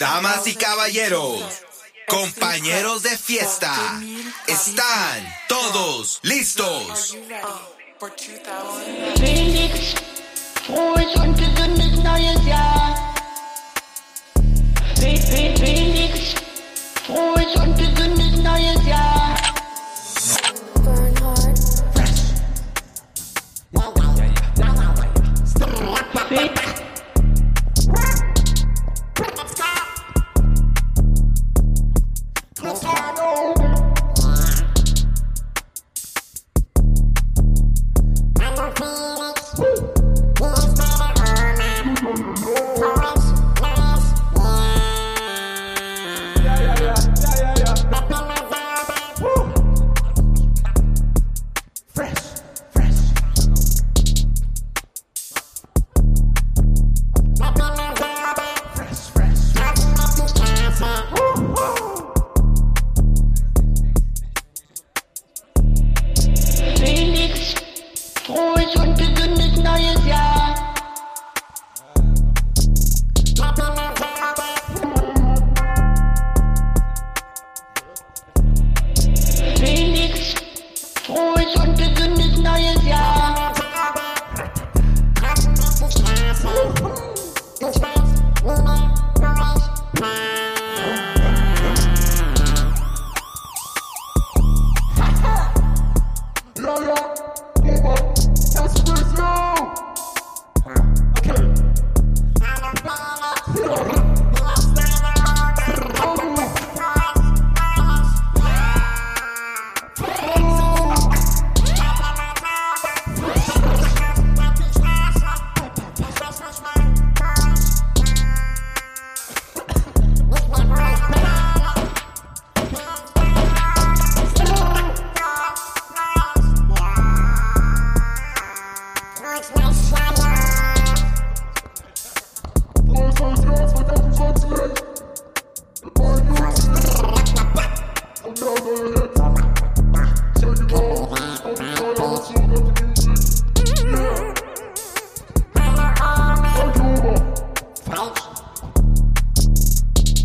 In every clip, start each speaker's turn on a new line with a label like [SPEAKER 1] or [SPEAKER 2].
[SPEAKER 1] Damas y caballeros, compañeros de fiesta, están todos listos.
[SPEAKER 2] Felix, frohes und gesundes neues Jahr. Fe- Fe- Felix, frohes und gesundes neues Jahr. Fe- Felix, frohes und gesundes neues Jahr. Felix, frohes und gesundes neues Jahr.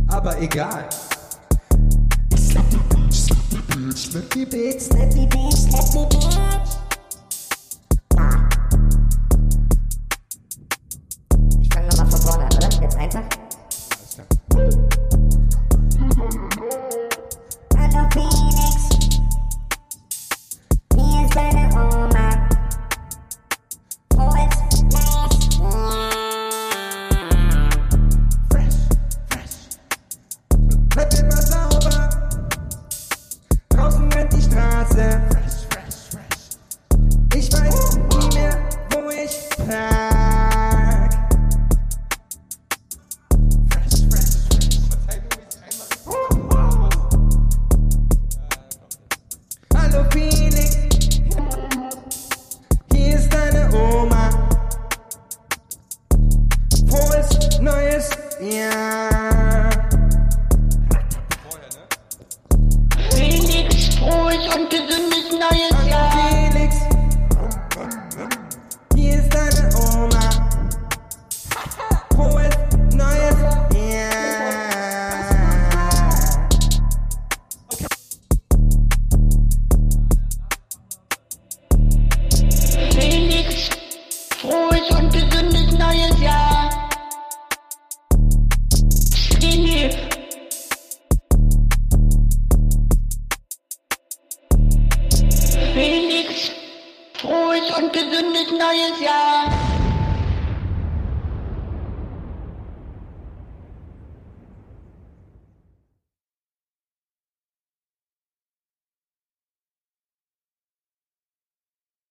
[SPEAKER 3] Aber egal.
[SPEAKER 4] Ich fange nochmal von vorne an, oder? Jetzt einfach. Hallo Felix. Wie ist deine Oma? Holz, Glas,
[SPEAKER 3] Wird immer sauber. Draußen rennt die Straße. Ich weiß nie mehr, wo ich lag. Hallo Felix, hier ist deine Oma. Frohes neues Jahr.
[SPEAKER 2] Felix, frohes und gesundes neues Jahr.
[SPEAKER 3] Felix, hier ist deine Oma. Frohes neues Jahr.
[SPEAKER 2] Felix, frohes und gesundes neues Jahr. Stini, Felix, frohes und gesundes neues Jahr.